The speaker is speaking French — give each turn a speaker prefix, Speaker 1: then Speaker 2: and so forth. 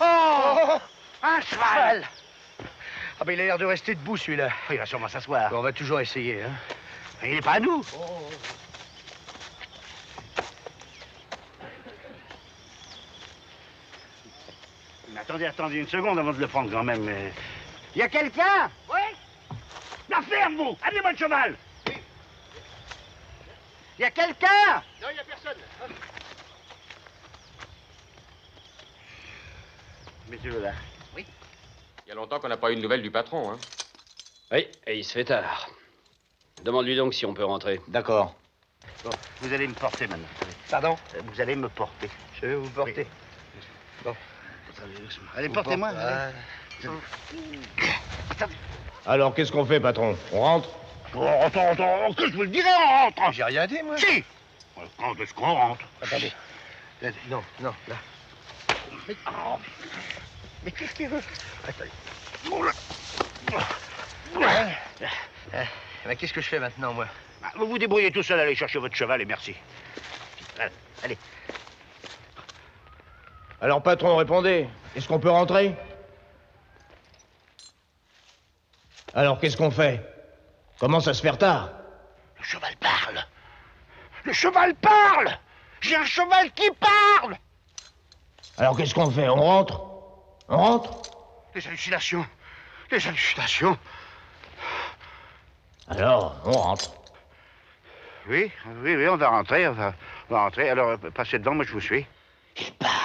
Speaker 1: Oh, Un cheval
Speaker 2: Ah, ben il a l'air de rester debout, celui-là.
Speaker 1: Il va sûrement s'asseoir.
Speaker 2: Bon, on va toujours essayer, hein.
Speaker 1: Il n'est pas à nous. Mais attendez, attendez une seconde avant de le prendre quand même. euh. Il y a quelqu'un Oui La ferme, vous Amenez-moi le cheval Il y a quelqu'un
Speaker 3: Non, il n'y a personne.
Speaker 1: Mettez-le là.
Speaker 4: Il y a longtemps qu'on n'a pas eu de nouvelles du patron, hein.
Speaker 5: Oui, et il se fait tard. Demande-lui donc si on peut rentrer.
Speaker 2: D'accord.
Speaker 1: Bon, vous allez me porter maintenant.
Speaker 2: Pardon
Speaker 1: Euh, Vous allez me porter.
Speaker 2: Je vais vous porter.
Speaker 1: Attendez, doucement. Allez, portez-moi. allez.
Speaker 3: Alors, qu'est-ce qu'on fait, patron On rentre
Speaker 1: Oh, attends, attends, que je vous le dirai en rentrant
Speaker 2: J'ai rien dit, moi.
Speaker 1: Si Quand est-ce qu'on rentre Attendez.
Speaker 2: Non, non, là.
Speaker 1: Ah. Mais qu'est-ce qu'il veut
Speaker 2: Attendez.
Speaker 1: Bah,
Speaker 2: Mais Eh ben, qu'est-ce que je fais maintenant, moi
Speaker 1: Vous vous débrouillez tout seul, allez chercher votre cheval et merci. Allez,
Speaker 3: Alors, patron, répondez. Est-ce qu'on peut rentrer Alors, qu'est-ce qu'on fait Commence à se faire tard.
Speaker 1: le cheval parle Le cheval parle J'ai un cheval qui parle
Speaker 3: Alors, qu'est-ce qu'on fait On rentre On rentre
Speaker 1: Les hallucinations Les hallucinations
Speaker 3: Alors, on rentre.
Speaker 1: Oui, oui, oui, on va rentrer, on va, on va rentrer. Alors, euh, passez devant, moi je vous suis. Il parle